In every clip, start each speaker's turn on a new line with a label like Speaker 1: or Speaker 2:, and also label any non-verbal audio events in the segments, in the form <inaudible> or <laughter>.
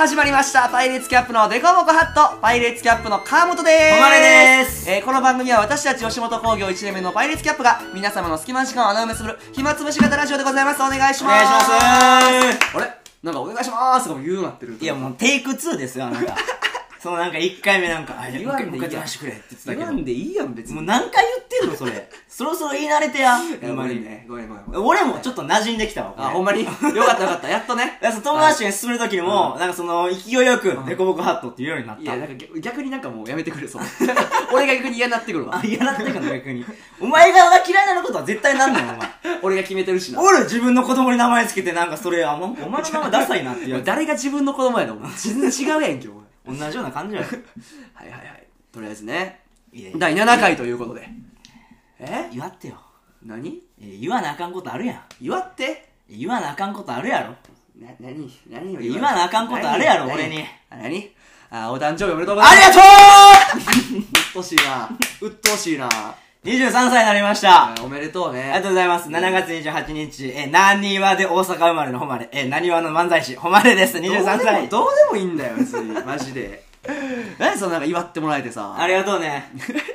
Speaker 1: 始まりました。パイレーツキャップのデコボコハット。パイレーツキャップの川本です。
Speaker 2: 小丸です
Speaker 1: えーこの番組は私たち吉本興業1年目のパイレーツキャップが皆様の隙間時間を穴埋めする暇つぶし型ラジオでございます。お願いし
Speaker 2: お
Speaker 1: ます。
Speaker 2: 願いします
Speaker 1: あれなんかお願いしますとかも言うなってる。
Speaker 2: いやもうテイク2ですよあ
Speaker 1: <laughs>
Speaker 2: なたそのなんか1回目なんか「あいや
Speaker 1: 言
Speaker 2: もう
Speaker 1: わ
Speaker 2: 一回
Speaker 1: ん
Speaker 2: もう
Speaker 1: でいい
Speaker 2: 一
Speaker 1: や
Speaker 2: 回出してくれ」って言ってたけ
Speaker 1: 言わ
Speaker 2: ど
Speaker 1: んでいいやん別に。
Speaker 2: もう何回言ってんのそれそろそろ言い慣れてや
Speaker 1: いや
Speaker 2: ほん
Speaker 1: ご
Speaker 2: ま
Speaker 1: めん
Speaker 2: に
Speaker 1: ね。ごめんごめんごめん。
Speaker 2: 俺もちょっと馴染んできたわこれ
Speaker 1: あ、ほんまによかったよかった。やっとね。
Speaker 2: だからその友達に進める時にも、なんかその勢いよく
Speaker 1: ん
Speaker 2: 「デコボコハット」って言うようになっ
Speaker 1: いや、
Speaker 2: た
Speaker 1: なんか逆逆になんかもうやめてくれそう。 <laughs> 俺が逆に嫌になってくるわ
Speaker 2: あ。嫌なってくんの逆にお前が嫌いなことは絶対なんのよお
Speaker 1: <laughs> <laughs>
Speaker 2: 前
Speaker 1: 俺が決めてるしな。
Speaker 2: おる自分の子供に名前つけてなんかそれあお前お前の名前ダサいなって言われて
Speaker 1: 誰が自分の子供やの全然違うやんけ、お前。
Speaker 2: 同じような感じやろ
Speaker 1: はいはいはい。とりあえずね。
Speaker 2: いやいや
Speaker 1: 第7回ということで。え
Speaker 2: 言わってよ
Speaker 1: 何
Speaker 2: え言わなあかんことあるやん
Speaker 1: 祝って
Speaker 2: 言わなあかんことあるやろ
Speaker 1: な、何何を
Speaker 2: 今なあかんことあるやろ
Speaker 1: 何
Speaker 2: 俺に
Speaker 1: 何何あ、お誕生日おめでとうござ
Speaker 2: あ
Speaker 1: いま
Speaker 2: り
Speaker 1: す。
Speaker 2: がと
Speaker 1: うっとうしいな。うっとうしいな。
Speaker 2: う !23 歳になりました
Speaker 1: おめでとうね。
Speaker 2: ありがとうございます。7月28日、え、なにわで大阪生まれの誉れ、え、なにわの漫才師、誉れです。23歳。
Speaker 1: どうでもどうでもいいんだよ、別に。マジで。何そのなんか祝ってもらえてさ。
Speaker 2: ありがとう <laughs> ね。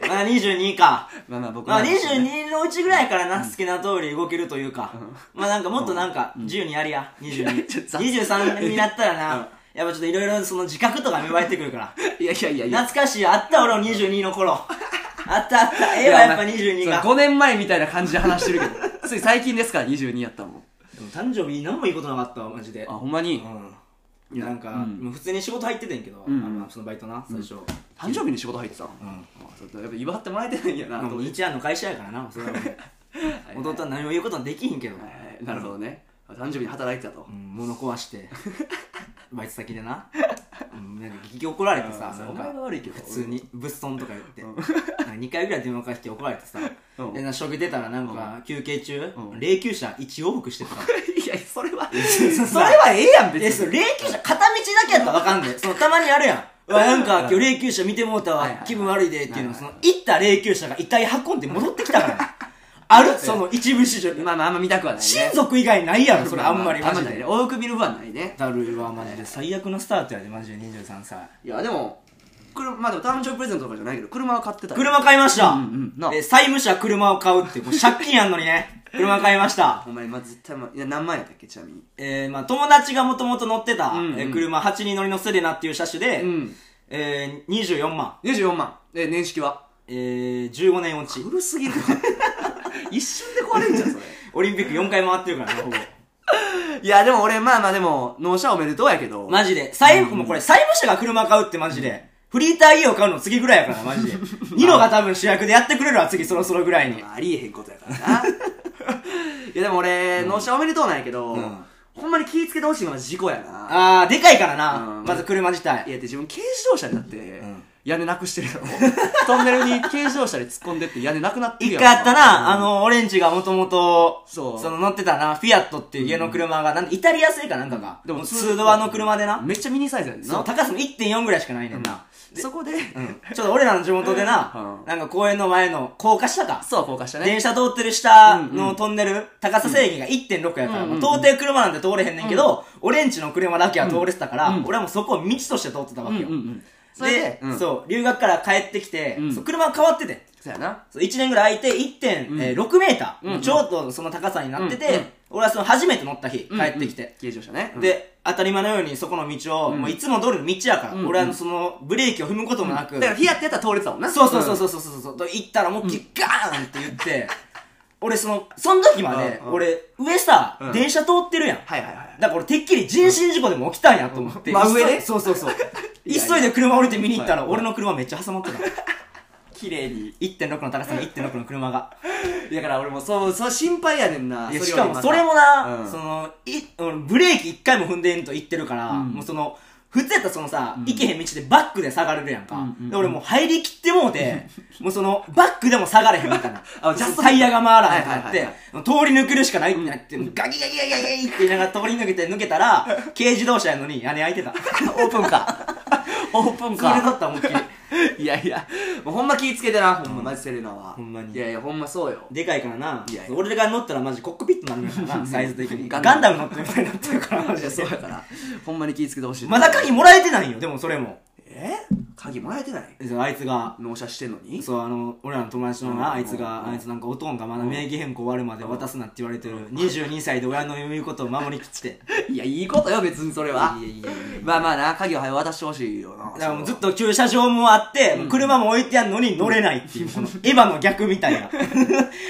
Speaker 2: まあ22か。
Speaker 1: まあまあ僕
Speaker 2: まあ
Speaker 1: の話ね
Speaker 2: 22のうちぐらいからな、好きな通り動けるというか。まあなんかもっとなんか、自由にやりや。22。 <laughs>
Speaker 1: ちょっと
Speaker 2: 23になったら
Speaker 1: うん
Speaker 2: な、やっぱちょっといろいろその自覚とか芽生えてくるから。
Speaker 1: いやいやいやいや。
Speaker 2: 懐かしい。あった俺の22の <laughs> 頃。あったあった。ええわ、やっぱ22が。
Speaker 1: 5年前みたいな感じで話してるけど。 <laughs> つい最近ですから、22やったもん。
Speaker 2: でも誕生日何もいいことなかったわマジで
Speaker 1: あ、ほんまに。
Speaker 2: うんなんか、
Speaker 1: うん
Speaker 2: もう普通に仕事入っててんけど、
Speaker 1: ん
Speaker 2: あのそのバイトな最初、
Speaker 1: 誕生日に仕事入ってたの、
Speaker 2: うん
Speaker 1: あそうやっぱ祝ってもらえてないんやなと
Speaker 2: もう
Speaker 1: 思って
Speaker 2: 兄ちゃんの会社やからなそ
Speaker 1: <laughs>
Speaker 2: れはもう弟は何も言うことはできひんけど、
Speaker 1: はいはいなるほどね誕生日に働いてたと
Speaker 2: う、ん、物壊して <laughs> バイト先でな、うん、なんか激怒られてさ
Speaker 1: うん
Speaker 2: なん
Speaker 1: お
Speaker 2: か
Speaker 1: 前が <laughs> 悪いけど
Speaker 2: 普通に物損とか言って、なんか2回ぐらい電話かけて怒られてさ、
Speaker 1: うん
Speaker 2: でな職出たらなんか休憩中、
Speaker 1: うん
Speaker 2: 霊柩車1往復してた
Speaker 1: いやそれは
Speaker 2: そう
Speaker 1: それはええやん
Speaker 2: え、
Speaker 1: 別
Speaker 2: そ
Speaker 1: に
Speaker 2: う、霊柩車、片道だけやったらわか
Speaker 1: <laughs>
Speaker 2: んない。その、たまにあるやん。うわ、なんか、今日霊柩車見てもうた
Speaker 1: はいはい
Speaker 2: わ
Speaker 1: は、い
Speaker 2: 気分悪いでっていう
Speaker 1: はい
Speaker 2: の、その、行った霊柩車が遺体運んで戻ってき
Speaker 1: <laughs>
Speaker 2: たからな。あるその一部始終。
Speaker 1: まあまああんま見たくはないね
Speaker 2: 親族以外ないやろ、それ
Speaker 1: ま
Speaker 2: あ
Speaker 1: あま
Speaker 2: んまり、
Speaker 1: あ
Speaker 2: マ
Speaker 1: んま
Speaker 2: ジ
Speaker 1: ないね
Speaker 2: で。
Speaker 1: 多く見る分はないね
Speaker 2: だるいわ、マジで。最悪のスタートやで、マジで、23歳。
Speaker 1: いやでも車まあでも誕生日プレゼントとかじゃないけど車は買ってたよ
Speaker 2: 車買いました
Speaker 1: うんうんな
Speaker 2: え、債務者車を買うって、もう借金やんの
Speaker 1: <laughs>
Speaker 2: にね、車買いました。
Speaker 1: お前まあ絶対まいや何万やったっけちなみに
Speaker 2: えー、まあ、友達がもともと乗ってた、
Speaker 1: うんうん
Speaker 2: え車、8人乗りのセレナっていう車種で、
Speaker 1: うん
Speaker 2: えー、24万。
Speaker 1: 24万で年式は
Speaker 2: えー、15年落ち。
Speaker 1: 古す <laughs> ぎるわ一瞬で壊れんじゃんそれ
Speaker 2: オリンピック4回回ってるからね、ほぼ。
Speaker 1: いやでも俺まあまあでも納車おめでとうやけど
Speaker 2: <laughs> マジで。債務、もうこれ、債務者が車買うってマジで。フリーターイオ買うの次ぐらいやから、マ <laughs> ジで。ニノが多分主役でやってくれるわ、次そろそろぐらいに。
Speaker 1: ありえへんことやから <laughs> ないやでも俺、納車おめでとうなんやけど、
Speaker 2: うん
Speaker 1: ほんまに気ぃつけてほしいのが事故やな
Speaker 2: あー、でかいからな。
Speaker 1: うん
Speaker 2: まず車自
Speaker 1: い
Speaker 2: 体。
Speaker 1: やって自分軽自動車でだって、
Speaker 2: ん
Speaker 1: 屋根なくしてるやろトンネルに軽自動車で突っ込んでって屋根なくなってる
Speaker 2: 一
Speaker 1: やん
Speaker 2: 回あった
Speaker 1: うん
Speaker 2: な、あの、オレンジがもともと、
Speaker 1: そう
Speaker 2: の乗ってたな、フィアットっていう家の車が、なんかイタリア製かなんかが、
Speaker 1: で
Speaker 2: で
Speaker 1: も
Speaker 2: もツードアの車でな、
Speaker 1: めっちゃミニサイズやねんな
Speaker 2: そう、高さも1.4ぐらいしかないねんな。
Speaker 1: そこで、
Speaker 2: うんちょっと俺らの地元でな、
Speaker 1: うん
Speaker 2: なんか公園の前の高架下か。
Speaker 1: そう高架下ね
Speaker 2: 電車通ってる下
Speaker 1: うんうん
Speaker 2: のトンネル、高さ制限が1.6やから、
Speaker 1: うんうんうん
Speaker 2: もう到底車なんて通れへんねんけど、俺んちの車だけは通れてたから、
Speaker 1: うん
Speaker 2: 俺はもうそこを道として通ってたわ
Speaker 1: うん
Speaker 2: け
Speaker 1: うん
Speaker 2: よ。
Speaker 1: うんそれ
Speaker 2: で
Speaker 1: で、、うん
Speaker 2: そう、留学から帰ってきて、
Speaker 1: うん
Speaker 2: そう車が変わってて、
Speaker 1: そうやな
Speaker 2: そう1年ぐらい空いて
Speaker 1: うん
Speaker 2: 1.6メータ
Speaker 1: うんう
Speaker 2: ー、
Speaker 1: ん
Speaker 2: ちょうどその高さになってて、
Speaker 1: うんうん
Speaker 2: 俺はその初めて乗った日、帰ってきて。
Speaker 1: うんうん軽自動車ね、うん
Speaker 2: で、当たり前のようにそこの道を、
Speaker 1: うん
Speaker 2: もういつも通りの道やから、
Speaker 1: うんうん
Speaker 2: 俺はそのブレーキを踏むこともなく、
Speaker 1: だからフィアってやったら通れてたもんな
Speaker 2: そうそうそう
Speaker 1: う
Speaker 2: そうそうそうそう、と行ったらもうきガーンって言って、俺その、その時まで、
Speaker 1: うんうん
Speaker 2: 俺、上さ、
Speaker 1: うん
Speaker 2: 電車通ってるやん。
Speaker 1: んはいはいはい
Speaker 2: だから俺てっきり人身事故でも起きたんやと思って。
Speaker 1: うん真上で
Speaker 2: 急い <laughs> そうそうそう。
Speaker 1: いや
Speaker 2: 急いで車降りて見に行ったら、
Speaker 1: はい
Speaker 2: 俺の車めっちゃ挟まってた。
Speaker 1: <laughs> 綺麗に
Speaker 2: 1.6の高さに1.6の車が。
Speaker 1: だから俺もそうそう心配やねんないそれ
Speaker 2: やし
Speaker 1: より
Speaker 2: かも
Speaker 1: また
Speaker 2: それも
Speaker 1: う
Speaker 2: な、
Speaker 1: ん
Speaker 2: その、い、俺ブレーキ1回も踏んでんと言ってるから、
Speaker 1: うん
Speaker 2: もうその、普通やったらそのさ、行けへん道でバックで下がれるやんか。
Speaker 1: うんうん。
Speaker 2: で俺もう入りきってもう <laughs> て、もうその、バックでも下がれへんみた <laughs> いな
Speaker 1: あジ
Speaker 2: ジ
Speaker 1: ャ
Speaker 2: ャ
Speaker 1: ス
Speaker 2: ス
Speaker 1: ト
Speaker 2: タイヤが回らへんってなっ
Speaker 1: はいはい
Speaker 2: て、通り抜けるしかないってなって、ガキガキガキガキガ <laughs> キって言いながら通り抜けて抜けたら、軽自動車やのに屋根開いてた。 <laughs>
Speaker 1: オープンカー。オープンカ
Speaker 2: れだ
Speaker 1: ー
Speaker 2: った思いっきり
Speaker 1: <laughs> いやいやもうほんま気ぃつけてなほんまマジセレナは
Speaker 2: ほんまに
Speaker 1: いやいやほんまそうよ
Speaker 2: <laughs> でかいからない
Speaker 1: やいや
Speaker 2: 俺が乗ったらマジコックピットになるからなサイズ的に
Speaker 1: ガ
Speaker 2: ガ
Speaker 1: ン
Speaker 2: ン
Speaker 1: ダム
Speaker 2: ダム乗ってるみたいになってるからマ
Speaker 1: い
Speaker 2: ジ
Speaker 1: や
Speaker 2: で
Speaker 1: そうやからほんまに気ぃつけてほしい
Speaker 2: まだ鍵もらえてないよでもそれも
Speaker 1: え鍵もらえてない
Speaker 2: そうあいつが
Speaker 1: 納車してんのに
Speaker 2: そうあの俺らの友達の
Speaker 1: うん
Speaker 2: なあいつが
Speaker 1: うん
Speaker 2: あいつなんかおとんがまだ名義変更終わるまで渡すなって言われてる22歳で親の言うことを守りきって
Speaker 1: いやいいことよ別にそれはい
Speaker 2: やいやいやいや
Speaker 1: まあまあな鍵を早渡してほしいよな
Speaker 2: だからもうずっと駐車場もあって、もう車も置いてあるのに乗れないっていう、このエヴァの逆みたいな。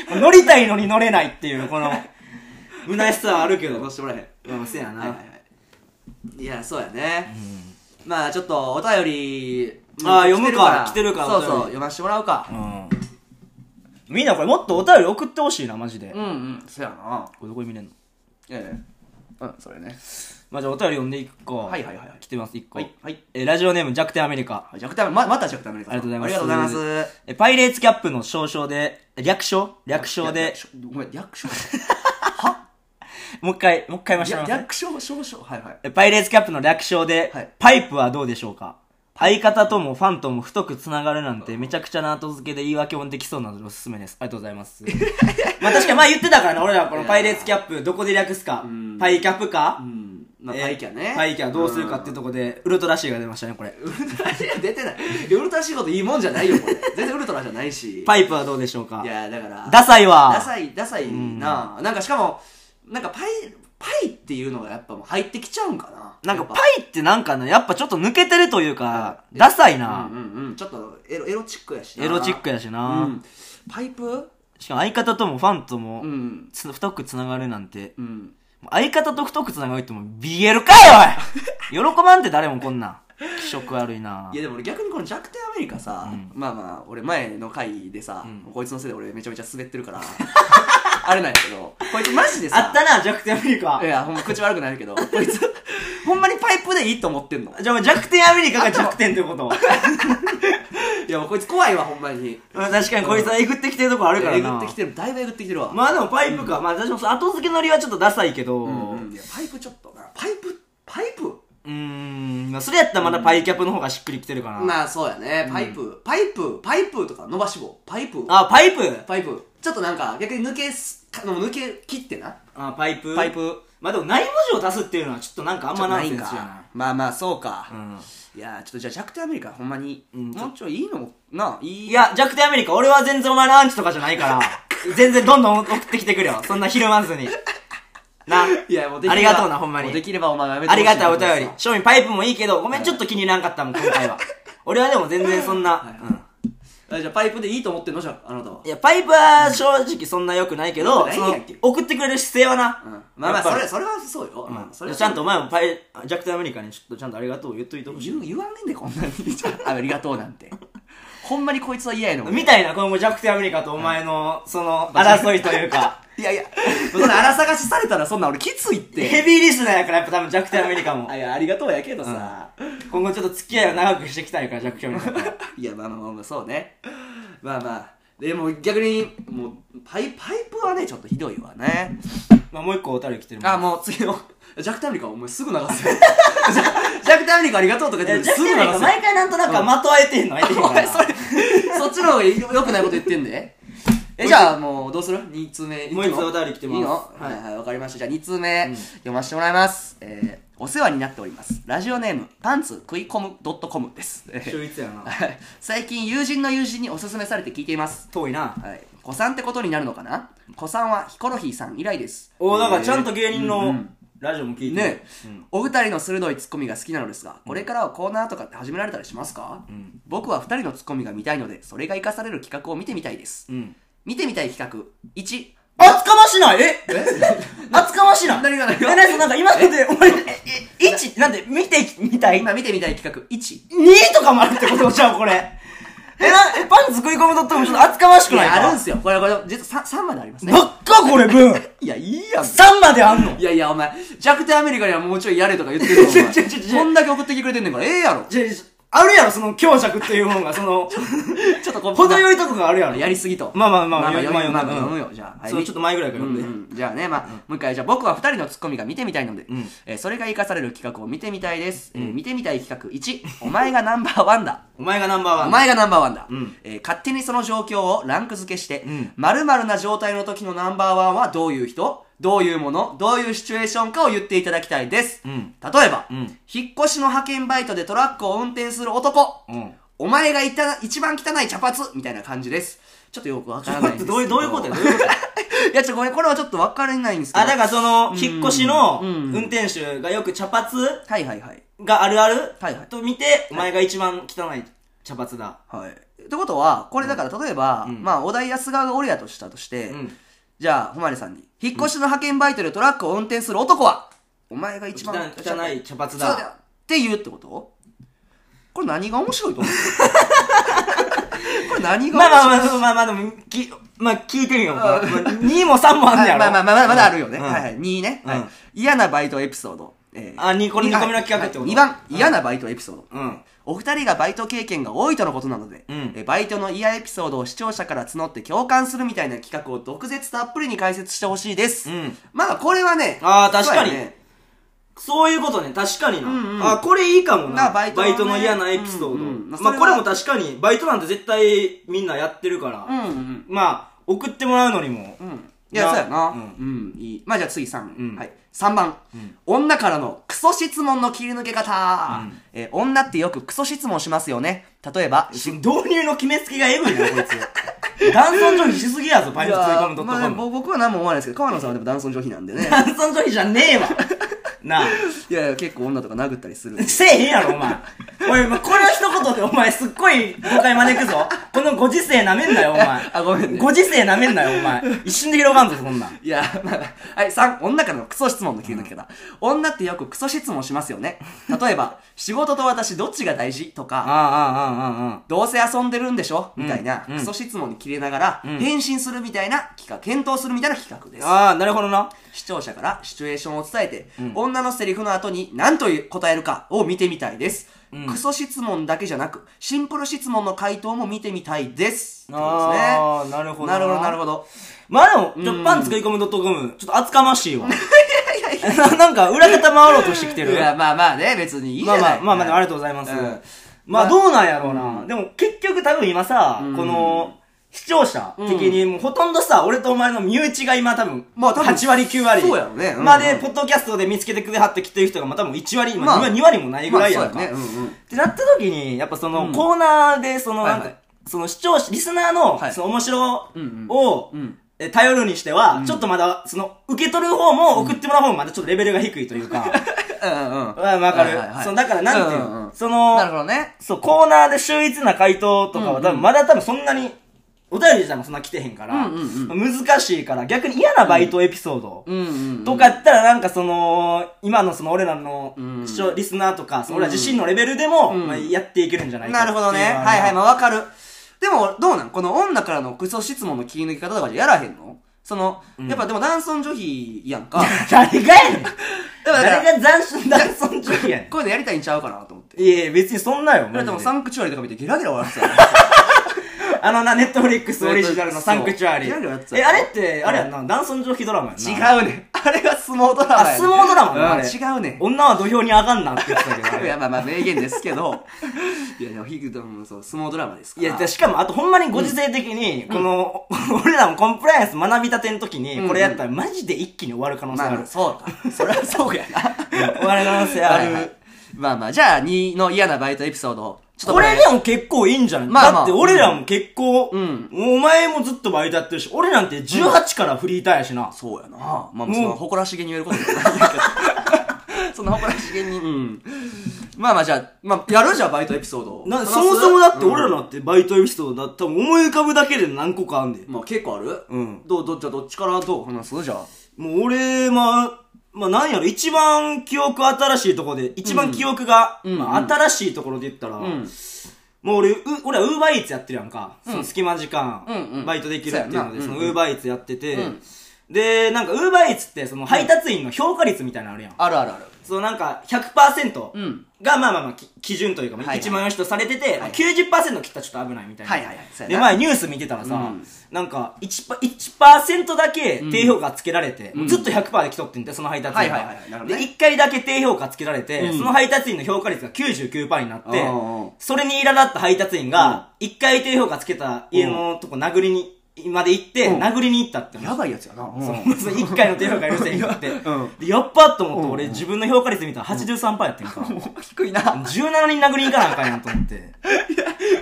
Speaker 2: <laughs> 乗りたいのに乗れないっていう、この、虚しさはあるけど。
Speaker 1: 戻してもらえへん
Speaker 2: うん、せやな。
Speaker 1: はいはいはいいやそうやね、まあちょっとお便り
Speaker 2: あー
Speaker 1: うん
Speaker 2: 読むか来てるか
Speaker 1: そうそう
Speaker 2: お便り
Speaker 1: 読ましてもらうか
Speaker 2: うん。みんなこれもっとお便り送ってほしいな、マジで。
Speaker 1: うんうんそうやな
Speaker 2: これどこで見れんの
Speaker 1: ええうんそれね
Speaker 2: まあじゃあお便り読んでいくか。
Speaker 1: はいはいはいはい
Speaker 2: 来てます、一個。
Speaker 1: はいはい
Speaker 2: えーラジオネーム弱点アメリカ。
Speaker 1: 弱点ままた弱点アメリカ
Speaker 2: ありがとうご
Speaker 1: あ
Speaker 2: ざいます
Speaker 1: りがとうございます
Speaker 2: えーパイレーツキャップの少称で、略称略称で、
Speaker 1: ごめん略
Speaker 2: <laughs>
Speaker 1: 称
Speaker 2: もう一回、もう一回ましてもらいます
Speaker 1: 略称少々はいはい
Speaker 2: えパイレーツキャップの略称で、
Speaker 1: はい
Speaker 2: パイプはどうでしょうか相方ともファンとも太くつながるなんてめちゃくちゃな後付けで言い訳もできそうなのでおすすめです。ありがとうござ
Speaker 1: <laughs>
Speaker 2: います。まあ確かに前言ってたからね、俺らこのパイレーツキャップどこで略すか
Speaker 1: ん、
Speaker 2: パイキャップか、
Speaker 1: うんまあ
Speaker 2: えー
Speaker 1: パイキャね
Speaker 2: パイキャどうするかっていうとこで、ウルトラシーが出ましたね、これ。
Speaker 1: ウルトラシー出てないいやウルトラシーこといいもんじゃないよこれ全然ウルトラじゃないし
Speaker 2: パイプはどうでしょうか
Speaker 1: いやだから
Speaker 2: ダサい
Speaker 1: ダ
Speaker 2: は、
Speaker 1: サいダサいな、なんかしかもなんかパイパイっていうのがやっぱもう入ってきちゃうんかな
Speaker 2: な
Speaker 1: なん
Speaker 2: かパイってなんかね、やっぱちょっと抜けてるというか、ダサいな
Speaker 1: う。んうんうんちょっとエロエロチックやしな
Speaker 2: エロチックやし
Speaker 1: う
Speaker 2: な。
Speaker 1: んパイプ
Speaker 2: しかも相方ともファンとも
Speaker 1: うん
Speaker 2: つ太くつながるなんて、
Speaker 1: うん
Speaker 2: 相方と太くつながるってもう BL かよ
Speaker 1: <laughs>
Speaker 2: おい喜ばんって誰もこんなん気色悪いない
Speaker 1: やでも俺逆にこの弱点アメリカさ、まあまあ俺前の回でさ、こいつのせいで俺めちゃめちゃ滑ってるから <laughs> あれなんやけどこいつマジでさ
Speaker 2: あったな弱点アメリカ
Speaker 1: いやほんま口悪くないけどこいつ <laughs> ほんまにパイプでいいと思ってんの
Speaker 2: じゃあ弱点アメリカが弱点ってこと
Speaker 1: <laughs> いやもうこいつ怖いわほんまに
Speaker 2: まあ確かにこいつはえぐってきてるとこあるから
Speaker 1: え
Speaker 2: な
Speaker 1: ぐってきてるだいぶえぐってきてるわ
Speaker 2: まあでもパイプか、まあ私もその後付けのりはちょっとダサいけどう
Speaker 1: うんいやパイプちょっとなパイプパイプ
Speaker 2: ーんまあそれやったらまだパイキャップの方がしっくりきてるかな、
Speaker 1: まあそうやねパイプ、パイプパイプとか伸ばし棒パイプ
Speaker 2: あパイプ
Speaker 1: パイプちょっとなんか逆に抜けすかもう抜け切ってな
Speaker 2: あパイプ
Speaker 1: パイプ
Speaker 2: まあでも内文字を足すっていうのはちょっとなんかあんまないんですよな
Speaker 1: まあまあそうか、
Speaker 2: うん
Speaker 1: いやちょっとじゃあ弱点アメリカほんまに、
Speaker 2: うん
Speaker 1: もうちょいいいのないい
Speaker 2: いや、弱点アメリカ、俺は全然お前のアンチとかじゃな
Speaker 1: <laughs>
Speaker 2: いから、全然どんどん送ってきてくれよ。そんなひるまずに。な。
Speaker 1: いやもうでき
Speaker 2: あり
Speaker 1: れば
Speaker 2: がとうな、ほんま
Speaker 1: もう
Speaker 2: に
Speaker 1: で。きればお前はやめて
Speaker 2: あ
Speaker 1: ほし
Speaker 2: り
Speaker 1: いな
Speaker 2: がたいお便り
Speaker 1: こ。いつは
Speaker 2: 正味パイプもいいけど、ごめん、ちょっと気に入らんかったもん、今
Speaker 1: <laughs>
Speaker 2: 回は。俺はでも全然そんな、うん。
Speaker 1: あじゃあパイプでいいと思ってんのじゃああなたはい
Speaker 2: や、パイプは正直そんな良くないけ
Speaker 1: 良く
Speaker 2: ど、
Speaker 1: ない
Speaker 2: そ
Speaker 1: んや
Speaker 2: の
Speaker 1: っけ
Speaker 2: 送ってくれる姿勢はな。
Speaker 1: うんまあま
Speaker 2: や
Speaker 1: あ
Speaker 2: っぱ
Speaker 1: そ
Speaker 2: り
Speaker 1: れそれはそうよ、まあそれ
Speaker 2: う
Speaker 1: は
Speaker 2: ん。ちゃんとお前もパイ、弱点アメリカにちょっとちゃんとありがとう言っといてほしい。
Speaker 1: 言う言わんねんでこんなにじゃ <laughs> あありがとうなんてほんまにこいつは嫌やの
Speaker 2: みたいな、この弱点アメリカとお前の、そ
Speaker 1: <laughs>
Speaker 2: の、争いというか。
Speaker 1: いやいや、そんな荒探しされたらそんな俺きついって。
Speaker 2: ヘビーリスナーやからやっぱ多分弱点アメリカ
Speaker 1: <laughs>
Speaker 2: も
Speaker 1: あ、いや、ありがとうやけどさ。
Speaker 2: 今後ちょっと付き合いを長くしていきたいから弱点アメリカと
Speaker 1: いや、まあまあまあ、そうね。まあまあ。でも逆に、もう、パイ、パイプはね、ちょっとひどいわね。
Speaker 2: <laughs> まあもう一個お便り来てるもん
Speaker 1: あ、もう次の、 <laughs> ジャクタミリカお前すぐ流 <laughs> すよ。ジャジャクタミリカありがとうとか言ってす
Speaker 2: 弱
Speaker 1: ぐ流
Speaker 2: 点
Speaker 1: す
Speaker 2: アメリカ
Speaker 1: よ。
Speaker 2: 毎回なんとなくまとあえてんのあえてへん
Speaker 1: お
Speaker 2: から
Speaker 1: 前それ、そっちの方が良くないこと言
Speaker 2: <laughs>
Speaker 1: ってんで。え、じゃあもうどうする ?2 通目。
Speaker 2: もう一通お便り来てます
Speaker 1: いいのは
Speaker 2: はい
Speaker 1: いはい、わかりました。じゃあ2通目、読ませてもらいます。えー、お世話になっております。ラジオネーム、パンツ食い込む .com です。えー
Speaker 2: 秀逸やな
Speaker 1: はい最近友人の友人におすすめされて聞いています。
Speaker 2: 遠いな
Speaker 1: はい。子さんってことになるのかな子さんはヒコロヒーさん以来です。
Speaker 2: おだからちゃん
Speaker 1: え
Speaker 2: と
Speaker 1: ー
Speaker 2: 芸人のラジオも聞いてる
Speaker 1: ね、お二人の鋭いツッコミが好きなのですがこれからはコーナーとかって始められたりしますか、
Speaker 2: ん
Speaker 1: 僕は二人のツッコミが見たいのでそれが生かされる企画を見てみたいです、
Speaker 2: うん
Speaker 1: 見てみたい企画1
Speaker 2: 厚かましないえ厚かましない
Speaker 1: 何が何が
Speaker 2: え何そのなんか今のでお前ええ1なんで見てみたい2
Speaker 1: 今見てみたい企画1
Speaker 2: とかもあるってことじゃんこれえなえパンツ食い込むとってもちょっと厚かましく
Speaker 1: い
Speaker 2: ないか
Speaker 1: やあるんすよこれこれ実は 3, までありますね
Speaker 2: ばっかこれ分
Speaker 1: いやいいやん
Speaker 2: 3まであんの
Speaker 1: いやいやお前弱点アメリカにはもうちょいやれとか言ってるのお
Speaker 2: <laughs> ちょちょちょち
Speaker 1: 前
Speaker 2: ょ
Speaker 1: こんだけ送ってきてくれてんねんからええやろ
Speaker 2: じゃあるやろ、その強弱っていうもんが、その、
Speaker 1: ちょっとこう
Speaker 2: 程よいとこがあるやろ。
Speaker 1: やりすぎと。
Speaker 2: まあまあまあ、
Speaker 1: まあ、
Speaker 2: よ
Speaker 1: 読む、まあ、
Speaker 2: よ
Speaker 1: 読む
Speaker 2: よ
Speaker 1: よ。じゃあ、
Speaker 2: そう、ちょっと前ぐらいから
Speaker 1: う
Speaker 2: 読
Speaker 1: ん
Speaker 2: んで。
Speaker 1: うんじゃあね、まあ、もう一回、じゃあ僕は二人のツッコミが見てみたいので、
Speaker 2: ん
Speaker 1: えーそれが生かされる企画を見てみたいです。えー見てみたい企画1、お前がナンバーワン
Speaker 2: <laughs>
Speaker 1: だ。
Speaker 2: お前がナンバーワン。
Speaker 1: お前がナンバーワンだ、
Speaker 2: ん
Speaker 1: えー勝手にその状況をランク付けして、
Speaker 2: ん
Speaker 1: 〇〇な状態の時のナンバーワンはどういう人どういうものどういうシチュエーションかを言っていただきたいです。
Speaker 2: うん
Speaker 1: 例えば、
Speaker 2: うん
Speaker 1: 引っ越しの派遣バイトでトラックを運転する男、
Speaker 2: うん。
Speaker 1: お前がいた一番汚い茶髪みたいな感じです。ちょっとよくわからないんですけ
Speaker 2: どういう、どういうことやどういうことや
Speaker 1: <laughs> いや、ちょ、ごめん、これはちょっとわからないんですけど。
Speaker 2: あ、だからその、引っ越しの
Speaker 1: うんうん
Speaker 2: 運転手がよく茶髪
Speaker 1: はいはいはい。
Speaker 2: があるある
Speaker 1: はいはい
Speaker 2: と見て、お前が一番汚い茶髪だ。
Speaker 1: はい。ってことは、これだから例えば、まあ、お題安川が俺やとしたとして、
Speaker 2: うん
Speaker 1: じゃあ、誉れさんに、引っ越しの派遣バイトでトラックを運転する男は、お前が一
Speaker 2: 汚
Speaker 1: 番
Speaker 2: い汚い茶
Speaker 1: そ
Speaker 2: 髪
Speaker 1: うだよ
Speaker 2: だ。
Speaker 1: って言うってことこれ何が面白いと
Speaker 2: <laughs>
Speaker 1: 思うこれ何が面白い
Speaker 2: まあまあまあ、まあまあ、でも、き、まあ聞いてみよう。
Speaker 1: あ
Speaker 2: 2も3もあんねやろ。
Speaker 1: まあまあまあまだまだあるよね。
Speaker 2: うん
Speaker 1: はいはい。2ね、はい
Speaker 2: うん
Speaker 1: 嫌なバイトエピソード。え
Speaker 2: あにこれ二個目の企画ってこと
Speaker 1: 2番、嫌なバイトエピソード。
Speaker 2: うん。
Speaker 1: お二人がバイト経験が多いとのことなので、
Speaker 2: うん
Speaker 1: えバイトの嫌エピソードを視聴者から募って共感するみたいな企画を毒舌たっぷりに解説してほしいです、
Speaker 2: うん
Speaker 1: まあこれはね
Speaker 2: あー確かに
Speaker 1: そうやね
Speaker 2: そういうことね、確かにな。
Speaker 1: んうん
Speaker 2: あ、これいいかもな。
Speaker 1: なバ
Speaker 2: バ
Speaker 1: イ
Speaker 2: イ
Speaker 1: ト
Speaker 2: ト
Speaker 1: のね
Speaker 2: の嫌なエピソード。
Speaker 1: うんうんまあ
Speaker 2: まあ、
Speaker 1: それは
Speaker 2: これも確かに、バイトなんて絶対みんなやってるから。
Speaker 1: うんうん
Speaker 2: まあ、送ってもらうのにも。
Speaker 1: うんいや
Speaker 2: な
Speaker 1: そうやなう、
Speaker 2: うん
Speaker 1: いいまあじゃあ次3、
Speaker 2: うん
Speaker 1: はい、3番、女からのクソ質問の切り抜け方、えー女ってよくクソ質問しますよね例えば
Speaker 2: し導入の決めつけがエグいな、こいつ。 <laughs> 男尊女卑しすぎやぞ、パイ
Speaker 1: い
Speaker 2: プ
Speaker 1: や
Speaker 2: ツイコ
Speaker 1: ー
Speaker 2: ム .com。
Speaker 1: まあねぼ僕は何も思わないですけど川野さんはでも男尊女卑なんで
Speaker 2: <laughs>
Speaker 1: ね
Speaker 2: 男尊女卑じゃねえわ。なあ。
Speaker 1: いやいや結構女とか殴ったりするんで
Speaker 2: せえへんやろ、お前。おい、まあこの一言でお前すっごい誤解招くぞ。このご時世なめんなよ、お前。
Speaker 1: <laughs> あごめんね
Speaker 2: ご時世なめんなよ、お前。一瞬で広がんぞ、そんなん。
Speaker 1: いや、 <laughs> まあ、はい、3、女からのクソ質問の切り抜け方。女ってよくクソ質問しますよね。例え
Speaker 2: <laughs>
Speaker 1: ば、仕事と私どっちが大事と
Speaker 2: あ
Speaker 1: か、
Speaker 2: あ、ああ、ああ、ああ。
Speaker 1: どうせ遊んでるんでしょみたいな、
Speaker 2: うん
Speaker 1: クソ質問に切れながら、返信するみたいな企画、検討するみたいな企画です。
Speaker 2: ああ、なるほどな。
Speaker 1: 視聴者からシチュエーションを伝えて、女のセリフの後に何という答えるかを見てみたいです。クソ質問だけじゃなく、シンプル質問の回答も見てみたいです。ってことです
Speaker 2: あーなるほど
Speaker 1: な
Speaker 2: な
Speaker 1: るほど、なるほど。
Speaker 2: まあでも、ちょ、パン作り込む .com、ちょっと厚かましい
Speaker 1: <laughs>
Speaker 2: わ。
Speaker 1: いやいやいや
Speaker 2: <laughs> なんか、裏方回ろうとして
Speaker 1: <laughs>
Speaker 2: きてる。
Speaker 1: いや、まあまあね、別にいいじ
Speaker 2: ま
Speaker 1: ゃ
Speaker 2: あ
Speaker 1: な
Speaker 2: ま
Speaker 1: い。
Speaker 2: あ、まあまあ、ありがとうございます。まあ、どうなんやろうな。でも、結局多分今さ、この、視聴者的に、もうほとんどさ、俺とお前の身内が今多分、
Speaker 1: まあ多分
Speaker 2: 8割、9割。
Speaker 1: そうやろねうん
Speaker 2: まあで、ポッドキャストで見つけてくれはって来てる人が、まあ多分1割、今
Speaker 1: まあ
Speaker 2: 2割もないぐらいやん
Speaker 1: まあそ
Speaker 2: か。
Speaker 1: うやねうんうん
Speaker 2: ってなった時に、やっぱその、コーナーで、その、
Speaker 1: はい
Speaker 2: な
Speaker 1: は
Speaker 2: ん
Speaker 1: い
Speaker 2: か、その視聴者、リスナーの
Speaker 1: はい、
Speaker 2: その面白
Speaker 1: ん
Speaker 2: を
Speaker 1: ん、
Speaker 2: え頼るにしては、ちょっとまだ、その、受け取る方も送ってもらう方もまだちょっとレベルが低いという
Speaker 1: <laughs>
Speaker 2: か。
Speaker 1: うんうん。
Speaker 2: わ、わかる。
Speaker 1: はいはいはい
Speaker 2: そのだから、なんていうの、
Speaker 1: うんうん
Speaker 2: そ
Speaker 1: なるほ
Speaker 2: の、
Speaker 1: どね。
Speaker 2: そう、コーナーで秀逸な回答とかは、多分、まだ多分そんなに、お便り自体もそんな来てへんから、
Speaker 1: うんうん
Speaker 2: 難しいから、逆に嫌なバイトエピソード
Speaker 1: うんうん。
Speaker 2: とかやったら、なんかその、今のその俺らの、
Speaker 1: ん
Speaker 2: 視聴リスナーとか、その俺ら自身のレベルでも、
Speaker 1: うん
Speaker 2: まあ、やっていけるんじゃないか
Speaker 1: なるほどね。はいはい、まあわかる。でも、どうなんこの女からのクソ質問の切り抜き方とかじゃやらへんのその、やっぱでも男尊女卑やん
Speaker 2: <laughs>
Speaker 1: か。
Speaker 2: <laughs> 誰がやねん
Speaker 1: でもだから
Speaker 2: 誰が斬新だ、尊重やね
Speaker 1: こういうのやりたいんちゃうかなと思って。
Speaker 2: ん。いやいや、別にそんなよ。
Speaker 1: だ
Speaker 2: マジで
Speaker 1: ってもうサンクチュアリとか見てゲラゲラ笑って
Speaker 2: <laughs>
Speaker 1: たよ
Speaker 2: あのな、ネットフリックスオリジナルのサンクチュアリ。
Speaker 1: そう
Speaker 2: え、あれって、あれやんな、男尊女卑ドラマやんな。
Speaker 1: 違うねん。あれが相撲ドラ
Speaker 2: あ
Speaker 1: マ、やねん
Speaker 2: 相撲ドラマなあれ。
Speaker 1: うん違うねん。
Speaker 2: 女は土俵に上がんなって言ってたけどあ
Speaker 1: い
Speaker 2: れ。
Speaker 1: <laughs> や、まあまあ名言ですけど。いや、でも、ヒグドンもそう、相撲ドラマですか
Speaker 2: い
Speaker 1: ら。
Speaker 2: や、でしかも、あとほんまにご時世的に、この、 <laughs> 俺らもコンプライアンス学びたての時
Speaker 1: うん
Speaker 2: に、これやったらマジで一気に終わる可能性
Speaker 1: まあ
Speaker 2: あ
Speaker 1: まあ、
Speaker 2: る。
Speaker 1: そうか。それはそうやな。
Speaker 2: 終わる可能性あ
Speaker 1: はいは
Speaker 2: る
Speaker 1: い。まあまあ、じゃあ2の嫌なバイトエピソードを。ちょっと
Speaker 2: これでも結構いいんじゃない
Speaker 1: まあまあ
Speaker 2: だって俺らも結構、
Speaker 1: ん
Speaker 2: お前もずっとバイトやってるし、俺なんて18からフリーターやしな。
Speaker 1: そうやな。まあ、そ
Speaker 2: もうん
Speaker 1: な誇らしげに言えることじゃないけど。そんな <laughs> 誇らしげに。うん。まあまあ、じゃあ、まあ、やるじゃあバイトエピソード。
Speaker 2: な
Speaker 1: 話す
Speaker 2: そもそもだって俺らなんてバイトエピソードだったら思い浮かぶだけで何個かあんねん。
Speaker 1: まあ、結構ある
Speaker 2: うん。
Speaker 1: どう、ど、じゃあどっちからどう話すじゃあ。
Speaker 2: もう俺、まあ、まあなんやろ、一番記憶新しいところで、一番記憶が、
Speaker 1: うん
Speaker 2: まあ新しいところで言ったら、
Speaker 1: ん
Speaker 2: もう俺、う俺はウーバーイーツやってるやんか。その隙間時間、
Speaker 1: うんうん
Speaker 2: バイトできるっていうので、
Speaker 1: そ
Speaker 2: そう
Speaker 1: やな
Speaker 2: のウーバーイーツやってて、
Speaker 1: うん
Speaker 2: で、なんかウーバーイーツってその配達員の評価率みたいなのあるやん。
Speaker 1: あるあるある。
Speaker 2: そのなんか100%、
Speaker 1: うん。
Speaker 2: が、まあまあまあ、き基準というか、
Speaker 1: はいはい
Speaker 2: 一番良しとされてて、
Speaker 1: はい
Speaker 2: 90%切ったらちょっと危ないみたいな。
Speaker 1: はいはいはいそう
Speaker 2: で、
Speaker 1: やな
Speaker 2: 前ニュース見てたらさ、
Speaker 1: うん
Speaker 2: なんか1パ、1%だけ低評価つけられて、
Speaker 1: うん
Speaker 2: ずっと100%で来とってんて、その配達員が。
Speaker 1: はいはいはいなるほど
Speaker 2: で、
Speaker 1: ね
Speaker 2: 1回だけ低評価つけられて、
Speaker 1: うん
Speaker 2: その配達員の評価率が99%になって、
Speaker 1: うん
Speaker 2: それに苛立った配達員が、1回低評価つけた家のとこ殴りに、まで行って、
Speaker 1: うん
Speaker 2: 殴りに行ったって。
Speaker 1: やばいやつやな。うん
Speaker 2: そう、その1回の低評価許せへんって。
Speaker 1: うん
Speaker 2: で、やっぱと思って、
Speaker 1: う
Speaker 2: 俺
Speaker 1: ん
Speaker 2: 自分の評価率見たら83%やってんか。
Speaker 1: <laughs> 低いな。
Speaker 2: 17人殴りに行かなあかんやんと思って。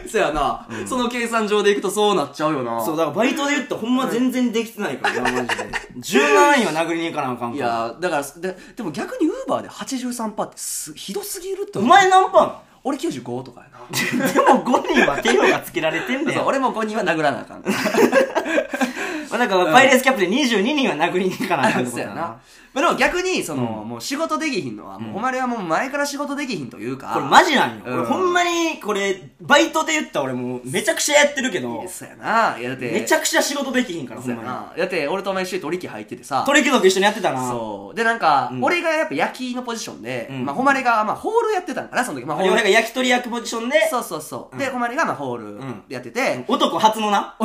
Speaker 1: そやな、その計算上でいくとそうなっちゃうよな。
Speaker 2: そう、だからバイトで言ったらほんま全然できてな
Speaker 1: <laughs>
Speaker 2: いからな、マジで。17人は殴りに行かなあかん
Speaker 1: い
Speaker 2: から。
Speaker 1: やーだからで、でも逆にウーバーで83%ってすひどすぎるって
Speaker 2: お
Speaker 1: 思う
Speaker 2: 前何パ
Speaker 1: 俺95とかやな。
Speaker 2: ンでも5人は手をがつけられてんだ
Speaker 1: そう
Speaker 2: よ。
Speaker 1: 俺も5人は殴らなあかん。
Speaker 2: まあだから、パイレーツキャップで22人は殴りに行かなあかんって
Speaker 1: <laughs> そ
Speaker 2: こと
Speaker 1: う
Speaker 2: や
Speaker 1: や
Speaker 2: な
Speaker 1: な。。まあ、でも逆に、その、
Speaker 2: う
Speaker 1: もう仕事できひんのは、もう、お前らはもう前から仕事できひんというか。
Speaker 2: これマジなんよ。
Speaker 1: うん
Speaker 2: 俺ほんまに、これ、バイトで言ったら俺もうめちゃくちゃやってるけど、
Speaker 1: そうやな。いや、だって、
Speaker 2: めち
Speaker 1: ゃ
Speaker 2: ゃくちゃ仕事できひんから、ほ
Speaker 1: そうんや
Speaker 2: ま
Speaker 1: な。だって、俺とお前一緒に取引入っててさ
Speaker 2: に。。鳥貴族一緒にやってたな。
Speaker 1: そう。で、なんか、
Speaker 2: うん
Speaker 1: 俺がやっぱ焼きのポジションで、
Speaker 2: うん
Speaker 1: まあ、誉れが、まあ、ホールやってたんかな、その時。まあ、ホー
Speaker 2: 俺
Speaker 1: ル。
Speaker 2: が焼き鳥役ポジションで、
Speaker 1: そうそうそう。で、
Speaker 2: うん
Speaker 1: 誉れが、まあ、ホ
Speaker 2: ん
Speaker 1: ールやってて、
Speaker 2: 男初のな。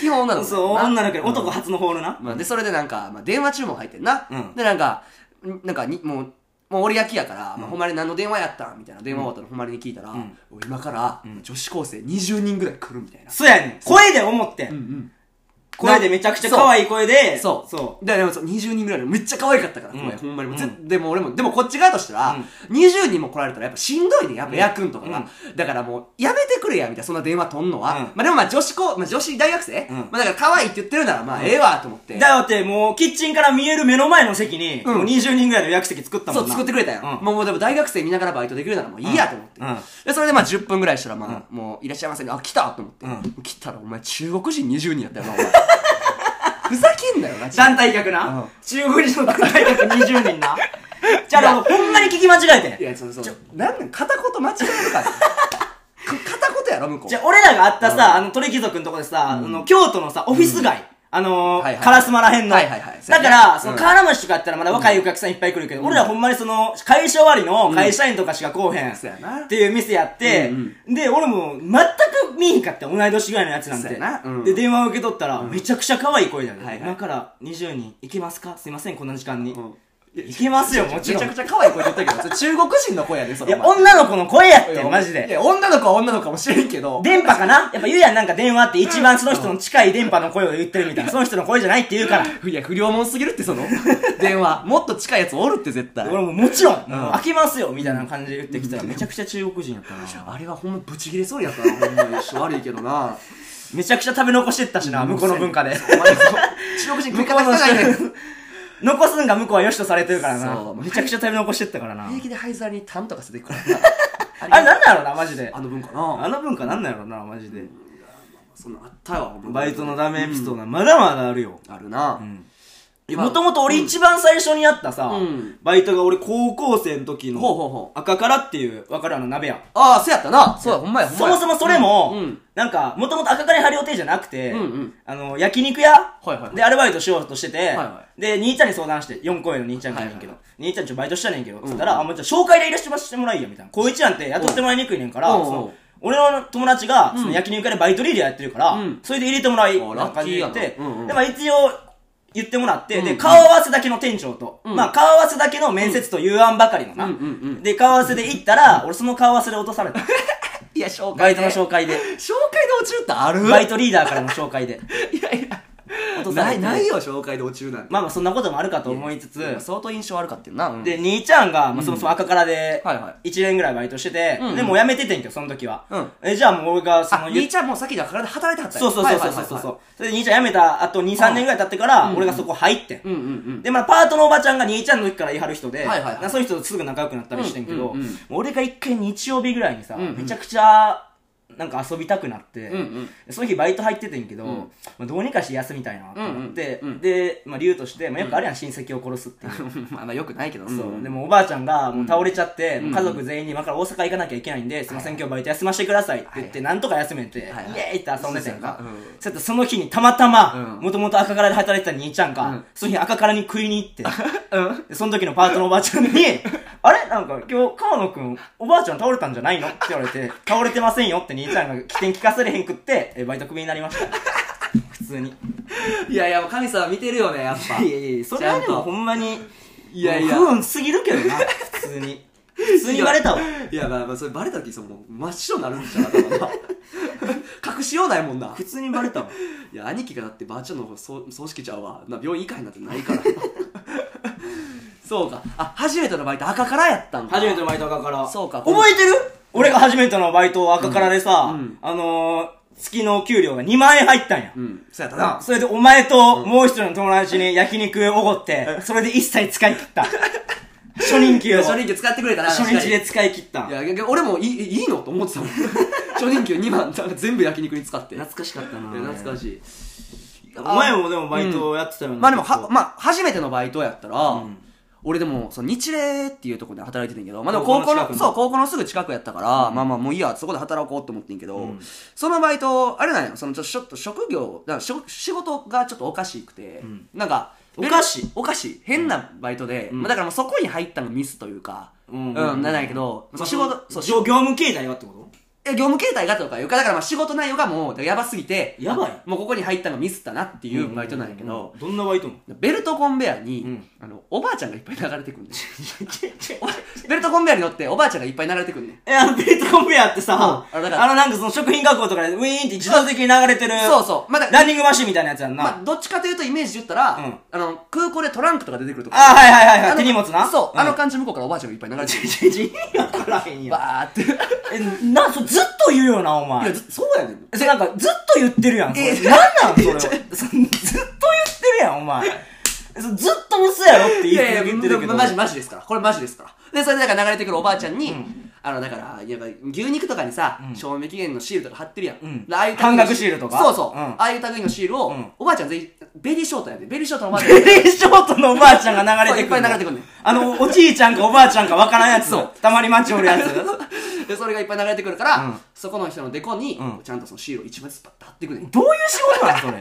Speaker 1: 基本女の子。
Speaker 2: そう、女の子で
Speaker 1: うん
Speaker 2: 男初のホールな。
Speaker 1: まあ、で、それでなんか、まあ、電話注文入ってんな。
Speaker 2: うん
Speaker 1: で、なんか、んなんかに、もう、もう俺焼きやから、まあ、ほんまに何の電話やったんみたいな電話終わったのほんまに聞いたら、
Speaker 2: ん
Speaker 1: おい今から女子高生20人ぐらい来るみたいな。
Speaker 2: そうやねん。声で思って
Speaker 1: うん。うん。
Speaker 2: 声でめちゃくちゃ可愛い声で、
Speaker 1: そう。
Speaker 2: そ
Speaker 1: だからでもそう20人ぐらいの、めっちゃ可愛かったから、
Speaker 2: うん
Speaker 1: 声ほんまにもうぜ、
Speaker 2: う
Speaker 1: でも俺も、でもこっち側としたら、20人も来られたらやっぱしんどいねやっぱ、やくんとかが、だからもう、やめてくれや、みたいな、そんな電話とんのは。
Speaker 2: うん
Speaker 1: まあでもまあ女子高、まあ女子大学生、
Speaker 2: うん
Speaker 1: まあだから可愛いって言ってるなら、まあええわ、と思って。
Speaker 2: う。だよって、もう、キッチンから見える目の前の席に、
Speaker 1: うん
Speaker 2: もう20人ぐらいの予約席作ったも
Speaker 1: そ
Speaker 2: ん
Speaker 1: う、
Speaker 2: な。
Speaker 1: 作ってくれたよ。
Speaker 2: うん
Speaker 1: もうもうでも大学生見ながらバイトできるならもういいやと思って。
Speaker 2: うんうん
Speaker 1: で、それでまあ10分ぐらいしたら、まあ、もういらっしゃいませね。あ、来たと思って。
Speaker 2: うん
Speaker 1: 来たらお前中国人20人やったよな、お前。ふざけんなよ、マジで。
Speaker 2: 団体客な。
Speaker 1: うん
Speaker 2: 中国人の団体客20人な。じゃあ、あのほんまに聞き間違え
Speaker 1: い
Speaker 2: て。
Speaker 1: や、そうそう。なんなん、片言間違えるから。か片言やろ、向こう。
Speaker 2: じゃあ、俺らが会ったさ、あ
Speaker 1: うん
Speaker 2: の、鳥貴族のとこでさ、あの、京都のさ、オフィス街。あ
Speaker 1: は
Speaker 2: の
Speaker 1: い
Speaker 2: ー、
Speaker 1: はい
Speaker 2: カラスマらへんの。
Speaker 1: はいはいはい
Speaker 2: だから、そ
Speaker 1: そうやねうん
Speaker 2: の、河原町とかやったらまだ若いお客さんいっぱい来るけど、俺らほんまにその、会社終わりの会社員とかしか来おへん。
Speaker 1: そうやな
Speaker 2: っていう店やって、
Speaker 1: うん
Speaker 2: で、俺も全く見えんかった、同い年ぐらいのやつなん
Speaker 1: そうや
Speaker 2: て。
Speaker 1: なうん
Speaker 2: で、電話を受け取ったら、めちゃくちゃ可愛い声だよ、
Speaker 1: はいはい
Speaker 2: 今から20人、行けますかすいません、こんな時間に。
Speaker 1: うん
Speaker 2: 行けますよ、もち
Speaker 1: め
Speaker 2: ろん。
Speaker 1: ちゃ
Speaker 2: い
Speaker 1: くちゃ可愛い声出たけど、それ中国人の声やで、それ。
Speaker 2: や、
Speaker 1: お前
Speaker 2: 女の子の声やっ
Speaker 1: い
Speaker 2: て、
Speaker 1: や
Speaker 2: マジ
Speaker 1: い
Speaker 2: で。
Speaker 1: や、女の子は女の子かもしれんけど。
Speaker 2: 電波かなやっぱ言うやん、なんか電話って一番その人の近い電波の声を言ってるみたいな。その人の声じゃないって言うから。
Speaker 1: いや、不良もんすぎるって、その、電話。もっと近いやつおるって、絶対。
Speaker 2: 俺ももちろん、
Speaker 1: ん
Speaker 2: もう開けますよ、みたいな感じで言ってきたら、めちゃくちゃ中国人やったな。
Speaker 1: あれはほんまブチギレそうやったな、ほんまに。一緒悪いけどな。
Speaker 2: めちゃくちゃ食べ残してったしな、向こうの文化で。
Speaker 1: お前そう中国人食い方汚いね。
Speaker 2: 残すんが向こうは良しとされてるから
Speaker 1: そ
Speaker 2: な。
Speaker 1: う
Speaker 2: めちゃくちゃ食べ残してったからな。
Speaker 1: 平気で灰皿にタンとか捨て
Speaker 2: <laughs>
Speaker 1: てくからな。
Speaker 2: あれなんだろうな、マジで
Speaker 1: あ。の分かな。
Speaker 2: あの文化なんだろうな、マジで。
Speaker 1: そんなんあったよ。
Speaker 2: バイトのダメエピソードな、まだまだあるよ。
Speaker 1: あるな。
Speaker 2: もともと俺一番最初にやったさ
Speaker 1: うん、
Speaker 2: バイトが俺高校生の時
Speaker 1: ほう
Speaker 2: の、
Speaker 1: ほうほう。
Speaker 2: 赤からっていう、わかるあの鍋屋。
Speaker 1: ああ、そうやったな。そうや、ほんまや、ほん
Speaker 2: そ
Speaker 1: まや。
Speaker 2: もそもそれも
Speaker 1: うんうん、
Speaker 2: なんか、もともと赤からに張り予定じゃなくて
Speaker 1: うんうん、
Speaker 2: あの、焼肉屋
Speaker 1: はいはいはい
Speaker 2: でアルバイトしようとしてて
Speaker 1: いは、
Speaker 2: で、兄ちゃんに相談して、4公演の兄ちゃんがいるけど
Speaker 1: は、
Speaker 2: 兄ちゃんちょバイトしたねんけど、つった
Speaker 1: うん
Speaker 2: ら、あ、もうじゃあ紹介でいらしてもらいや、みたいな。高一なんて雇ってもらいにくいねんから、
Speaker 1: うんうん
Speaker 2: その俺の友達が、その焼肉屋でバイトリーダーやってるから
Speaker 1: うん、
Speaker 2: それで入れてもらい、みたい
Speaker 1: あ
Speaker 2: な感じで言っ
Speaker 1: ラッ
Speaker 2: て、
Speaker 1: キーやなうんうん
Speaker 2: で、まあ一応、言ってもらって、
Speaker 1: うんう
Speaker 2: で、
Speaker 1: ん
Speaker 2: 顔合わせだけの店長と、
Speaker 1: ん
Speaker 2: まあ顔合わせだけの面接と言わんばかりのな
Speaker 1: うんうんうん。
Speaker 2: で、顔合わせで行ったら、俺その顔合わせで落とさ
Speaker 1: <laughs>
Speaker 2: れた。
Speaker 1: いや、紹介。
Speaker 2: バイトの紹介で。
Speaker 1: 紹介で落ちるってある
Speaker 2: バイトリーダーからの紹介で。
Speaker 1: いやいや。
Speaker 2: 落とさ
Speaker 1: な
Speaker 2: れ
Speaker 1: い、
Speaker 2: て
Speaker 1: ないよ、紹介で落ちるなんて。
Speaker 2: まあまあそんなこともあるかと思いつつ、
Speaker 1: 相当印象悪かったよな。うん
Speaker 2: で、、兄ちゃんが、まあそもそも赤からで、
Speaker 1: はいはい
Speaker 2: 1年ぐらいバイトしてて
Speaker 1: うんう、ん
Speaker 2: で、もう辞めててんけど、その時は
Speaker 1: うん。
Speaker 2: え、じゃあもう俺が、そ
Speaker 1: あ、
Speaker 2: の、
Speaker 1: 兄
Speaker 2: 言っ
Speaker 1: ちゃんもう先だから働いてはった
Speaker 2: そうそうそうそうそうそう。それで兄ちゃん辞めた後2、3年ぐらい経ってから、俺がそこ入ってん
Speaker 1: う。んうんうん。
Speaker 2: で、まあ、パートのおばちゃんが兄ちゃんの時から言い張る人で、
Speaker 1: はいはいはい
Speaker 2: なそういう人とすぐ仲良くなったりしてんけど、
Speaker 1: うんうんうん
Speaker 2: 俺が一回日曜日ぐらいにさ、
Speaker 1: うんうん
Speaker 2: めちゃくちゃ、なんか遊びたくなって、
Speaker 1: うんうん
Speaker 2: その日バイト入っててんけど、
Speaker 1: うん
Speaker 2: まあ、どうにかして休みたいなと思って、
Speaker 1: うんうんうん
Speaker 2: で、まあ、理由として、まあ、よくあるやん、親戚を殺すっていう。
Speaker 1: あん <laughs> まよくないけど
Speaker 2: そう、
Speaker 1: ん
Speaker 2: でもおばあちゃんがもう倒れちゃって、
Speaker 1: ん
Speaker 2: 家族全員に今から大阪行かなきゃいけないんで、すいません今日バイト休ませてくださいって言って、なんとか休めて、
Speaker 1: はいはい
Speaker 2: イエーイって遊んでたやんか、
Speaker 1: そうそう
Speaker 2: ちょっとその日にたまたま
Speaker 1: うん
Speaker 2: もともと赤からで働いてた兄ちゃんが、
Speaker 1: うん
Speaker 2: その日赤からに食いに行ってでその時のパートのおばあち
Speaker 1: <laughs>
Speaker 2: ゃんに「あれなんか今日川野くんおばあちゃん倒れたんじゃないの?」って言われて「倒れてませんよ」って兄ちゃんが起点聞かせれへんくってえバイトクビになりました普通に
Speaker 1: いやいや神様見てるよねやっぱ
Speaker 2: いやいやいやそれはでもほんまに
Speaker 1: いやいや
Speaker 2: もう不運すぎるけど
Speaker 1: <laughs>
Speaker 2: な普通に普通に言われたわ
Speaker 1: いやまあまあそれバレた時さもう真っ白になるんじゃな頭が <laughs> 隠しようないもんな
Speaker 2: 普通にバレたわ
Speaker 1: いや兄貴がだってばあちゃんの葬葬式ちゃうわな病院行かへんなんてないから <laughs> そうかあ初めてのバイト赤からやったんか
Speaker 2: 初めてのバイト赤から
Speaker 1: そうか
Speaker 2: 覚えてる俺が初めてのバイト赤からでさ、
Speaker 1: うんうん
Speaker 2: あのー、月の給料が2万円入ったんや、
Speaker 1: うんそうやったな
Speaker 2: それでお前ともう一人の友達に焼肉おごって、それで一切使い切
Speaker 1: <laughs>
Speaker 2: った。初任
Speaker 1: い
Speaker 2: 給
Speaker 1: や
Speaker 2: を。
Speaker 1: 初
Speaker 2: 初
Speaker 1: 任給使ってくれたな
Speaker 2: 日で
Speaker 1: 確
Speaker 2: 使い切った
Speaker 1: か。にいや逆に俺もいいいいのと思ってたもん <laughs> 初任給2万なんか全部焼肉に使っていや
Speaker 2: 懐かしかったな。
Speaker 1: 懐かしい
Speaker 2: お前もでもバイトやってたよね。
Speaker 1: まあでも
Speaker 2: 結
Speaker 1: は
Speaker 2: 構、
Speaker 1: まあ、初めてのバイトやったら、
Speaker 2: ん
Speaker 1: 俺でも、その日礼っていうところで働いててんけど、まあでも
Speaker 2: 高
Speaker 1: 高
Speaker 2: 校
Speaker 1: 校
Speaker 2: の
Speaker 1: の、
Speaker 2: 近くの
Speaker 1: そう、高校のすぐ近くやったから、まあまあもういいや、そこで働こうと思ってんけど、そのバイト、あれなんよ、そのちょちょっと職業、なんかしょ仕事がちょっとおかしくて、なんか、
Speaker 2: おかしい
Speaker 1: おかしい変なバイトで、まあだからもうそこに入ったのミスというか、
Speaker 2: う
Speaker 1: うんん、なんだけど、
Speaker 2: まあ
Speaker 1: 仕事、そう、
Speaker 2: 業業務形態はってこ
Speaker 1: え業務形態がとかいうか、だからまあ仕事内容がもう、だからやばすぎて、
Speaker 2: やばい
Speaker 1: もうここに入ったのミスったなって
Speaker 2: と
Speaker 1: いうバイトなんやけど、
Speaker 2: うんどんなバイ <laughs> トの
Speaker 1: ベルトコンベアに、
Speaker 2: うん
Speaker 1: あのおばあちゃんがいっぱい流れてくるん <laughs> ですベルトコンベアに乗っておばあちゃんがいっぱい流れてくるね
Speaker 2: え、あの、ベルトコンベアってさ、
Speaker 1: うん
Speaker 2: あ
Speaker 1: あ
Speaker 2: の、
Speaker 1: だから
Speaker 2: なんかその食品加工とかでウィーンって自動的に流れてる、
Speaker 1: そうそうまだ、
Speaker 2: ランニングマシンみたいなやつやんな。
Speaker 1: まあ、どっちかというとイメージで言ったら、
Speaker 2: うん
Speaker 1: あの空港でトランクとか出てくるとか
Speaker 2: あ、はいはいはいは
Speaker 1: あ
Speaker 2: い。
Speaker 1: の
Speaker 2: 手荷物な。
Speaker 1: そう、<laughs>
Speaker 2: ん
Speaker 1: あの感じ向こうからおばあちゃんがいっぱい流れてくる
Speaker 2: ちょちょ意味わからへんやん。
Speaker 1: バーって <laughs> い
Speaker 2: え、な、それずっと言うよな、お前。
Speaker 1: やずそうやねん
Speaker 2: それなんか、ずっと言ってるやん。それ
Speaker 1: え
Speaker 2: なんなん、それ。そずっと言ってるやん、お前。それずっと嘘やろって言い
Speaker 1: いやいや
Speaker 2: 続けてるけど。
Speaker 1: マジマジですからこれマジですからでそれでだから流れてくるおばあちゃんに、あのだからやっぱ牛肉とかにさ、賞味期限のシールとか貼ってるやん、
Speaker 2: うん
Speaker 1: でああいう類の
Speaker 2: 半額シールとか
Speaker 1: そうそう、
Speaker 2: うん
Speaker 1: ああいう類のシールを、
Speaker 2: ん
Speaker 1: おばあちゃん全員ベリーショートやでベリーショートのおばあちゃん
Speaker 2: テレショートのおばあちゃんが流れてく
Speaker 1: そう
Speaker 2: る。
Speaker 1: いっぱい流れてくんねん
Speaker 2: あの、おじいちゃんかおばあちゃんかわからんやつ。
Speaker 1: そう
Speaker 2: たまに街おるやつ。
Speaker 1: <laughs> でそれがいっぱい流れてくるから、
Speaker 2: うん
Speaker 1: そこの人のデコに、
Speaker 2: うん
Speaker 1: ちゃんとそのシールを一枚ずつパッと貼っていくねんい
Speaker 2: どういう仕事なん、それ。それ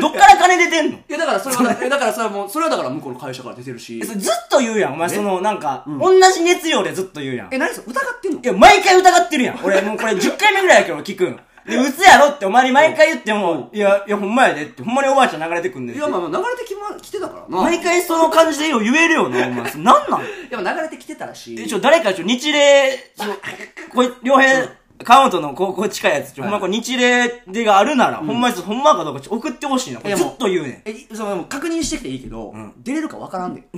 Speaker 2: どっから金出てんの
Speaker 1: やだからそれはだだからそれはもうそれはだから向こうの会社から出てるし
Speaker 2: えそれずっと言うやん、お前。その、なんか、
Speaker 1: ん
Speaker 2: 同じ熱量でずっと言うやん。
Speaker 1: え何それ疑ってんの
Speaker 2: いや、毎回疑ってるやん。俺、もうこれ10回目ぐらいやけど、聞くん。で、うつやろってお前に毎回言っても、いや、いや、ほんまやでって、ほんまにおばあちゃん流れてくんねん
Speaker 1: い
Speaker 2: て。
Speaker 1: やまあまあ流れてき,、ま、来てたからな
Speaker 2: 毎回その感じでよう言えるよな、お前。それなんなん
Speaker 1: でも流れてきてたらしい
Speaker 2: え、ちょ、誰かちょ、日礼、ちょ、こい、両辺、カウントの高校近いやつ、ちょ、ほんまこれ日礼でがあるなら、ほんまにちょほんまかどうかちょ送ってほしいな。これ
Speaker 1: いや
Speaker 2: ず
Speaker 1: もう
Speaker 2: っと言うねん。
Speaker 1: えそのもう確認してきていいけど、
Speaker 2: ん
Speaker 1: 出れるかわからんで
Speaker 2: <laughs>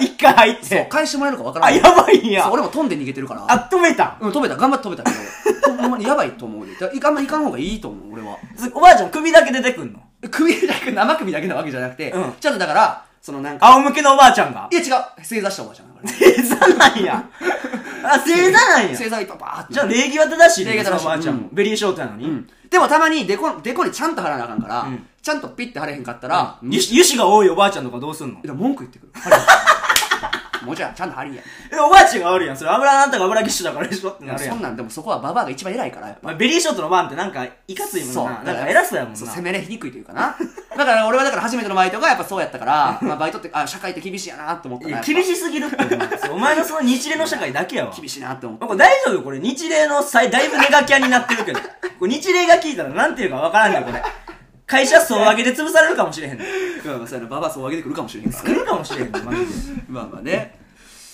Speaker 2: 一回入って。
Speaker 1: 返してもらえるかわから
Speaker 2: あ、
Speaker 1: んで
Speaker 2: やばいん
Speaker 1: そ
Speaker 2: や
Speaker 1: う。俺も飛んで逃げてるから
Speaker 2: あ、止めた。
Speaker 1: うん、飛べた頑張って飛べたけどほんまにやばいと思うでだからいかんまいかん方がいいと思う俺は
Speaker 2: そおばあちゃん首だけ出てくんの
Speaker 1: 首だけ生首だけなわけじゃなくて、
Speaker 2: うん
Speaker 1: ちゃんとだからそのなんか
Speaker 2: 仰向けのおばあちゃんが
Speaker 1: <laughs> い。や違う正座したおばあちゃんだから
Speaker 2: 正座なんや。 <laughs> あ、正座なんや。
Speaker 1: 正座がいっぱいバーって
Speaker 2: じゃあ礼儀は正しいね
Speaker 1: 礼儀は正しい
Speaker 2: そのおばあちゃんも
Speaker 1: う
Speaker 2: ベリーショートやのに。
Speaker 1: うんでもたまにデコデコにちゃんと貼らなあかんから、
Speaker 2: ん
Speaker 1: ちゃんとピッて貼れへんかったら、
Speaker 2: ゆし、油脂が多いおばあちゃんとかどうすんの
Speaker 1: で文句言ってくる貼れへんもうじゃあちゃんと貼りや
Speaker 2: え、おばあちゃんがあるやん。それ油あんたが油ぎっしょだからでしょってなるや
Speaker 1: そん
Speaker 2: ん。
Speaker 1: なんでもそこはババアが一番偉いからやっぱ
Speaker 2: まあ、ベリーショートの番ってなんか、いかついもん
Speaker 1: そう
Speaker 2: な。なんか偉そうやもん
Speaker 1: そう
Speaker 2: な。
Speaker 1: 攻めれにくいというかなだから俺はだから初めてのバイトがやっぱ <laughs> そうやったから、まあ、バイトってあ社会って厳しいやなと思った
Speaker 2: い
Speaker 1: らや
Speaker 2: や
Speaker 1: っぱ
Speaker 2: 厳しすぎるってお前そうお前のその日例の社会だけやわ。
Speaker 1: 厳しいなって思っ
Speaker 2: な
Speaker 1: た
Speaker 2: んか大丈夫これ日例の際、だいぶネガキャンになってるけど。これ日例が聞いたらなんていうかわからんねん、これ。会社総上げで潰されるかもしれへんねん。
Speaker 1: うんまあそうやなババアそう上げてくるかもしれへんか
Speaker 2: 来るかもしれへんねん、マジで。
Speaker 1: ら <laughs> まあまあね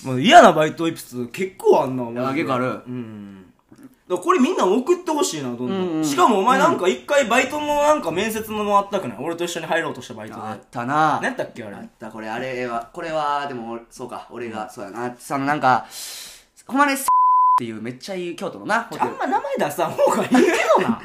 Speaker 2: もう嫌なバイトエピソード結構あんなお前
Speaker 1: あ結構ある
Speaker 2: うんだからこれみんな送ってほしいなどんどん、
Speaker 1: うんうん
Speaker 2: しかもお前なんか一回バイトのなんか面接のもあったくない俺と一緒に入ろうとしたバイトで
Speaker 1: あったな
Speaker 2: 何やったっけあれ
Speaker 1: あったこれあれはこれはでもそうか俺が、そうやなそのなんか <laughs> ほんまにっていうめっちゃいい京都のなホテ
Speaker 2: あ
Speaker 1: ル
Speaker 2: んま名前出さん方がいいけどな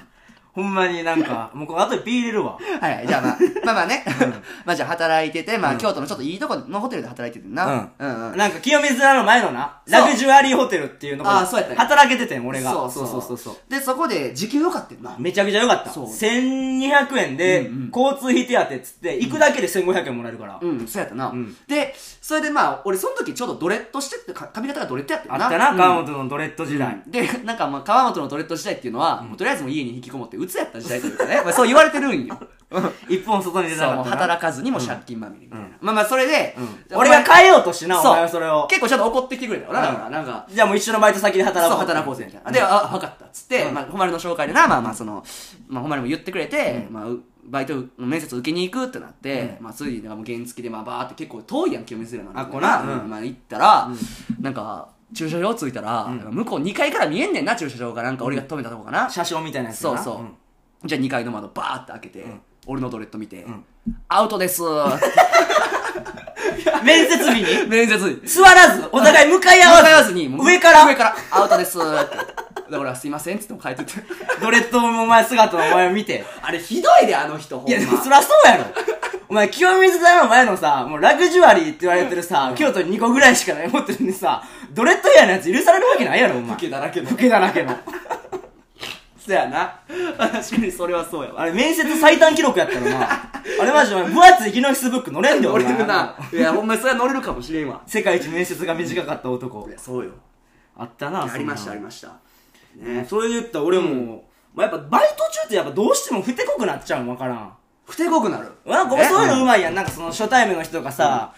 Speaker 2: ほほんまになんか、もうこれ後でピー入れるわ。
Speaker 1: はいはい、じ
Speaker 2: <laughs>
Speaker 1: ゃあまあ、まあまあね。 <laughs> まあじゃあ働いてて、まあ京都のちょっといいとこのホテルで働いててんな。。
Speaker 2: うん
Speaker 1: うんうん。
Speaker 2: なんか清水寺の前のな、
Speaker 1: そう
Speaker 2: ラグジュアリーホテルっていうの
Speaker 1: あーそうやったね
Speaker 2: 働けててん、俺が。
Speaker 1: そうそうそう
Speaker 2: そうそう
Speaker 1: で、そこで時給良かったよな。
Speaker 2: めちゃくちゃ良かった。
Speaker 1: そう
Speaker 2: 1200円で、交通費手当っつって、行くだけで1500円もらえるから。
Speaker 1: うん、そうやったな。
Speaker 2: ん
Speaker 1: で、それでまあ、俺その時ちょうどドレッドしてって、か髪型がドレッドやったよな。
Speaker 2: あったな、川
Speaker 1: 本。
Speaker 2: 本のドレッド時代。
Speaker 1: で、なんかまあ、川本のドレッド時代っていうのは、もうとりあえずもう家に引きこもって、鬱やった時代というか
Speaker 2: <laughs>
Speaker 1: ね、まあ、そう言われてるんよ。
Speaker 2: 一本外に出た
Speaker 1: そう、
Speaker 2: か
Speaker 1: も
Speaker 2: っ
Speaker 1: う
Speaker 2: たな。
Speaker 1: 働かずにもう借金まみれみたいな。まあまあ、それで、
Speaker 2: うん俺が変えようとしてな、お
Speaker 1: そう
Speaker 2: 前はそれを。
Speaker 1: 結構ちょっと怒ってきてくれたよな、だから、
Speaker 2: うん
Speaker 1: なんか、
Speaker 2: じゃあもう一緒のバイト先で働
Speaker 1: そ
Speaker 2: こ
Speaker 1: う、
Speaker 2: う。
Speaker 1: 働こうぜ、みたいな。
Speaker 2: うん
Speaker 1: で、あ、分かった。つって、
Speaker 2: うん
Speaker 1: まあ、誉れの紹介でな、まあまあ、その、まあ、誉れも言ってくれて、まあ、うバイトの面接受けに行くってなって、まあ、ついに、もう原付で、まあ、バーって結構遠いやん、清水寺なんて
Speaker 2: あこうなうん
Speaker 1: まあ、行ったら、なんか、駐車場着いたら、なんか向こう2階から見えんねんな、駐車場が。なんか俺が止めたとこかな。
Speaker 2: 車掌みたいなやつや
Speaker 1: そう
Speaker 2: な。
Speaker 1: そう。
Speaker 2: ん
Speaker 1: じゃあ2階の窓バーって開けて、俺のドレッド見て、
Speaker 2: ん
Speaker 1: アウトです
Speaker 2: 面接日に
Speaker 1: 面接
Speaker 2: 座らず、お互い向かい合
Speaker 1: 向かい合
Speaker 2: わ
Speaker 1: わ
Speaker 2: ず
Speaker 1: ずに、もう
Speaker 2: 上から
Speaker 1: 上から、アウトですって。で、俺はすいませんっつっても帰ってって。
Speaker 2: ドレッドのお前姿をお前を見て。
Speaker 1: あれひどいで、あの人、ほん
Speaker 2: い
Speaker 1: ま。
Speaker 2: や、でもそらそうやろ。 <laughs> お前、清水寺の前のさ、もうラグジュアリーって言われてるさ、京都に2個ぐらいしかない持ってるんでさ、ドレッドヘアのやつ許されるわけないやろ、お前。
Speaker 1: だらけの
Speaker 2: ボケだらけの。
Speaker 1: そやな。確かにそれはそうやわ。
Speaker 2: あれ、面接最短記録やった
Speaker 1: <laughs>
Speaker 2: ろな。あれマジでお前、分厚いギノキスブック乗れんで、お
Speaker 1: 俺
Speaker 2: 前。
Speaker 1: るな。いや、ほんまにそれは乗れるかもしれんわ。
Speaker 2: 世界一面接が短かった男
Speaker 1: い。や、そうよ。
Speaker 2: あったな、
Speaker 1: ありました、あり
Speaker 2: ま
Speaker 1: ました。
Speaker 2: ね。それで言ったら俺も、まあやっぱバイト中ってやっぱどうしても不手こくなっちゃうんわからん。
Speaker 1: 不手こくなる。
Speaker 2: なんかもうそういうのう
Speaker 1: ね
Speaker 2: まいやん。なんかその初対面の人がさ、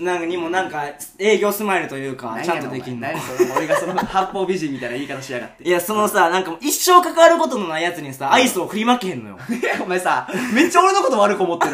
Speaker 2: なんかにもなんか営業スマイルというか、
Speaker 1: 何
Speaker 2: ちゃ
Speaker 1: や
Speaker 2: ん
Speaker 1: ね
Speaker 2: とできんの。
Speaker 1: お前何その俺が <laughs> その八方美人みたいな言い方しやがって。
Speaker 2: いや、そのさ、なんかもう一生関わることのないやつにさ、アイスを振りまけへんのよ。
Speaker 1: いやお前さ、めっちゃ俺のこと悪く思ってる。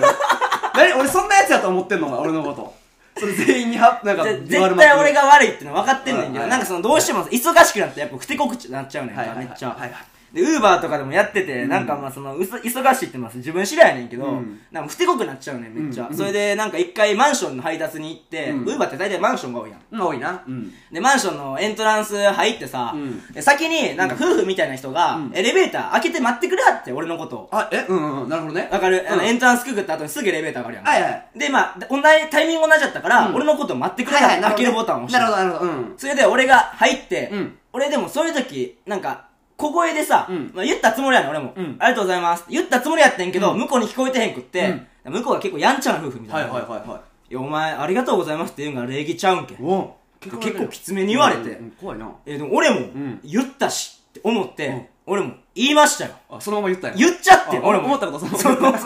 Speaker 1: 何俺そんなやつやと思ってんのか、俺のこと。それ全員には、なんか、
Speaker 2: ぜ
Speaker 1: 丸
Speaker 2: 絶
Speaker 1: まって
Speaker 2: 対
Speaker 1: る
Speaker 2: 俺。が悪いってのは分かってんねんけ
Speaker 1: うんう
Speaker 2: ど、
Speaker 1: ん
Speaker 2: なんかそのどうしても忙しくなってやっぱ不手こくなっちゃうねんか、
Speaker 1: はいはいはい
Speaker 2: めっちゃ。
Speaker 1: はいは
Speaker 2: で、ウーバーとかでもやってて、なんかまあその、うそ忙しいってます。自分知らやねんけど、
Speaker 1: うん
Speaker 2: なんか不手こくなっちゃうねん、めっちゃ。
Speaker 1: うんうん
Speaker 2: それでなんか一回マンションの配達に行って、
Speaker 1: うん
Speaker 2: ウーバーって大体マンションが多いやん。
Speaker 1: うん多いな。うん。
Speaker 2: で、マンションのエントランス入ってさ、
Speaker 1: うん
Speaker 2: で先になんか夫婦みたいな人が
Speaker 1: うん、
Speaker 2: エレベーター開けて待ってくれはって、俺のことを。
Speaker 1: あ、えうんうん、なるほどね。
Speaker 2: わかる、あ
Speaker 1: う
Speaker 2: の、
Speaker 1: ん
Speaker 2: エントランスくぐった後にすぐエレベーター上がるやん。
Speaker 1: はいはい。
Speaker 2: で、まあ、同じ、タイミング同じだったから、
Speaker 1: うん
Speaker 2: 俺のことを待ってくれ
Speaker 1: はい
Speaker 2: たら、
Speaker 1: はい、な
Speaker 2: 開
Speaker 1: るほ
Speaker 2: け
Speaker 1: ど
Speaker 2: る
Speaker 1: ね
Speaker 2: ボタン
Speaker 1: な
Speaker 2: を押して。
Speaker 1: るほど、なるほど。うん。
Speaker 2: それで俺が入って、
Speaker 1: うん
Speaker 2: 俺でもそういう時、なんか、小声でさ、
Speaker 1: うん
Speaker 2: まあ、言ったつもりやねん、俺も、
Speaker 1: うん
Speaker 2: ありがとうございます。言ったつもりやってんけど、向こうに聞こえてへんくって、向こうが結構やんちゃな夫婦みたい
Speaker 1: はい
Speaker 2: な。
Speaker 1: はいはいはい。
Speaker 2: いや、お前、ありがとうございますって言うんが礼儀ちゃうんけ。
Speaker 1: お
Speaker 2: 結構きつめに言われて
Speaker 1: うんうん怖いな
Speaker 2: え、でも俺も、
Speaker 1: ん
Speaker 2: 言ったし、って思って、
Speaker 1: うん
Speaker 2: 俺も、言いましたよ。
Speaker 1: あそのまま言ったよ
Speaker 2: 言っちゃって、
Speaker 1: あ
Speaker 2: 俺も。
Speaker 1: 思ったことその
Speaker 2: そ
Speaker 1: ま
Speaker 2: の
Speaker 1: ま
Speaker 2: ま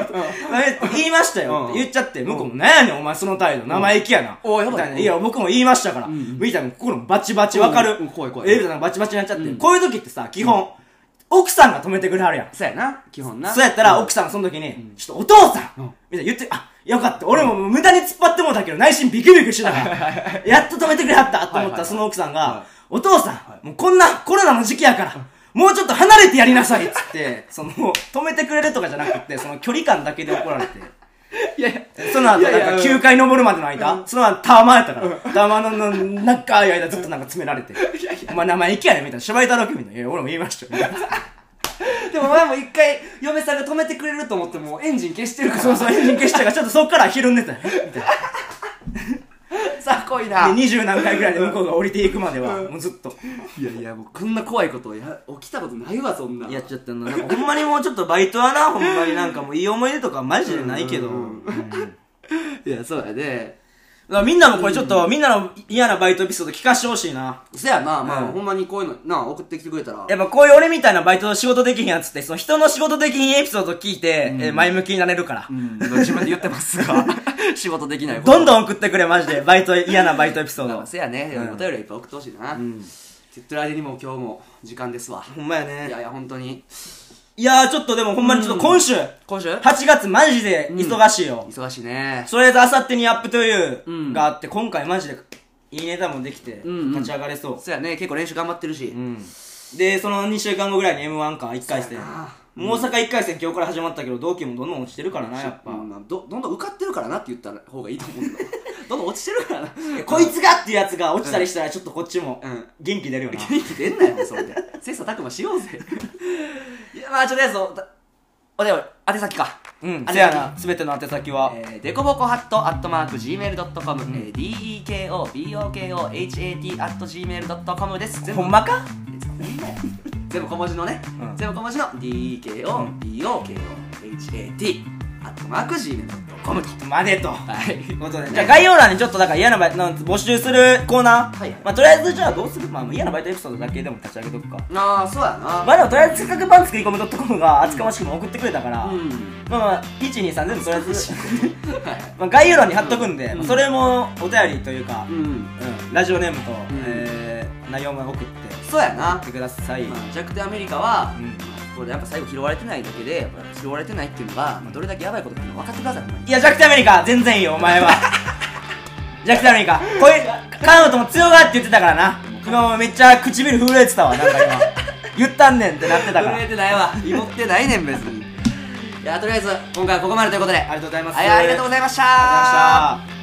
Speaker 2: まえ言いましたよ
Speaker 1: うん
Speaker 2: って言っちゃって、向こうも、なんやねん、お前その態度、生意気やな。
Speaker 1: おいやばい
Speaker 2: みたなや、僕も言いましたから。
Speaker 1: ん
Speaker 2: みたいな、心もバチバチわか
Speaker 1: う
Speaker 2: る
Speaker 1: んうん怖い怖い
Speaker 2: エビタなんかバチバチになっちゃっ
Speaker 1: う
Speaker 2: て。
Speaker 1: ん
Speaker 2: こういう時ってさ、基本、奥さんが止めてくれはるやん。
Speaker 1: <laughs> そうやな基本な
Speaker 2: そうやったら、奥さんがその時に、ちょっとお父さ
Speaker 1: うん
Speaker 2: んみたいな言って、あ、よかった。俺も無駄に突っ張ってもうたけど、内心ビクビクしてたから。やっと止めてくれはったと思っ
Speaker 1: はいはい
Speaker 2: た
Speaker 1: はい
Speaker 2: その奥さ
Speaker 1: は
Speaker 2: んが、お父さん、もうこんなコロナの時期やから、もうちょっと離れてやりなさいっつって、その、止めてくれるとかじゃなくて、その距離感だけで怒られて。
Speaker 1: いやいや
Speaker 2: その後、
Speaker 1: いやいや
Speaker 2: なんか9階登るまでの
Speaker 1: う
Speaker 2: 間、その後タワマンやったから、タワマンの長い間ずっとなんか詰められて
Speaker 1: やいや、
Speaker 2: お前名前生きやねみたいな、芝居だろけみたいな、いや、俺も言いました
Speaker 1: <laughs>
Speaker 2: よ。みたいな
Speaker 1: でも前も一回嫁さんが止めてくれると思ってもうエンジン消してるから
Speaker 2: そうそう、エンジン消したから、ちょっとそっから昼寝てたよ。みたい
Speaker 1: <laughs> さあ来いな
Speaker 2: な。で、二十何回ぐらいで向こうが降りていくまでは、もうずっと。
Speaker 1: いやいやもうこんな怖いことや起きたことないわそんな
Speaker 2: やっちゃったな。なんかほんまにもうちょっとバイトはな、ほんまになんかもういい思い出とかマジでないけど。
Speaker 1: うん
Speaker 2: うん
Speaker 1: いやそうやで
Speaker 2: だからみんなもこれちょっと、みんなの嫌なバイトエピソード聞かしてほしいな。
Speaker 1: そやなまあ
Speaker 2: うん
Speaker 1: ほんまにこういうのな送ってきてくれたら
Speaker 2: やっぱこういう俺みたいなバイト仕事できひんやつって、その人の仕事できひんエピソード聞いて、えー前向きになれるから。
Speaker 1: うん自分で言ってます <laughs> が仕事できない
Speaker 2: どん
Speaker 1: ん
Speaker 2: どん送ってくれ、マジで。バイト、嫌なバイトエピソード。
Speaker 1: そやね
Speaker 2: うん
Speaker 1: お便りはいっぱい送ってほしいなって言ってる間にもう今日も時間ですわ
Speaker 2: ほんまや
Speaker 1: い
Speaker 2: ね。
Speaker 1: やいや本当に
Speaker 2: いやー、ちょっとでもほんまにちょっと今週、
Speaker 1: 今週
Speaker 2: 8月マジで忙しいよ。
Speaker 1: 忙しいね
Speaker 2: それであさってにアップといううんがあって、今回マジでいいネタもできて、
Speaker 1: んうん
Speaker 2: 立ち上がれそう。
Speaker 1: そやね結構練習頑張ってるし、
Speaker 2: うんで、その2週間後ぐらいに M1 か、1回
Speaker 1: そう
Speaker 2: 戦
Speaker 1: やな。
Speaker 2: もう大阪1回戦今日から始まったけど、同期もどんどん落ちてるからな、やっぱ。
Speaker 1: うんまあどどんどん受かってるからなって言った方がいいと思
Speaker 2: <laughs>
Speaker 1: うんだどんどん落ちてるからな
Speaker 2: こいつがっていうやつが落ちたりしたら、ちょっとこっちも
Speaker 1: うん
Speaker 2: 元気出るよな。
Speaker 1: 元気出んなよそれで切磋琢磨しようぜいやまあ、とりあえずお、お便り、宛先か。
Speaker 2: うん、
Speaker 1: 宛
Speaker 2: せや
Speaker 1: 先
Speaker 2: な。すべての宛先は、
Speaker 1: えー、デコボコハットアットマーク Gmail.com、えー、DEKOBOKOHAT アット Gmail.com です全部
Speaker 2: ほんまか
Speaker 1: 全部小文字のね、
Speaker 2: うん
Speaker 1: 全部小文字の DEKOBOKOHAT アットマーク Gmail.com と
Speaker 2: までと。
Speaker 1: はい
Speaker 2: ということで、じゃあ概要欄にちょっとだから嫌なバイト、なん募集するコーナー。
Speaker 1: はいはい
Speaker 2: まあとりあえずじゃあどうするまあ嫌なバイトエピソードだけでも立ち上げとくか。
Speaker 1: ああそうやな、
Speaker 2: まあでもとりあえずせっかくパンツ食い込む .com が厚かましくも送ってくれたから、
Speaker 1: うん
Speaker 2: まあまあ、1、2、3全部とりあえず、
Speaker 1: はい
Speaker 2: まあ概要欄に貼っとくんで、
Speaker 1: うん
Speaker 2: まあそれもお便りというか
Speaker 1: う、ん
Speaker 2: うんラジオネームと、
Speaker 1: ん
Speaker 2: えー内容も送って
Speaker 1: そうやな
Speaker 2: 送ってください。
Speaker 1: まあ、弱点アメリカは、
Speaker 2: うん
Speaker 1: これやっぱ最後拾われてないだけでやっぱ拾われてないっていうのが、まあ、どれだけやばいことかっていうの分かってくださいほんまに
Speaker 2: いや、ジャック・アメリカ、全然いいよ、お前 <laughs> は。ジャック・アメリカ、これ、カウントも強がって言ってたからな。今もめっちゃ唇震えてたわ、なんか <laughs> 今。言ったんねんってなってたから。
Speaker 1: 震えてないわ芋ってないねん別にいやとりあえず今回はここまでということで、
Speaker 2: ありがとうございます。
Speaker 1: はい、ありがとうござ
Speaker 2: ありがとうござい
Speaker 1: いました
Speaker 2: ました。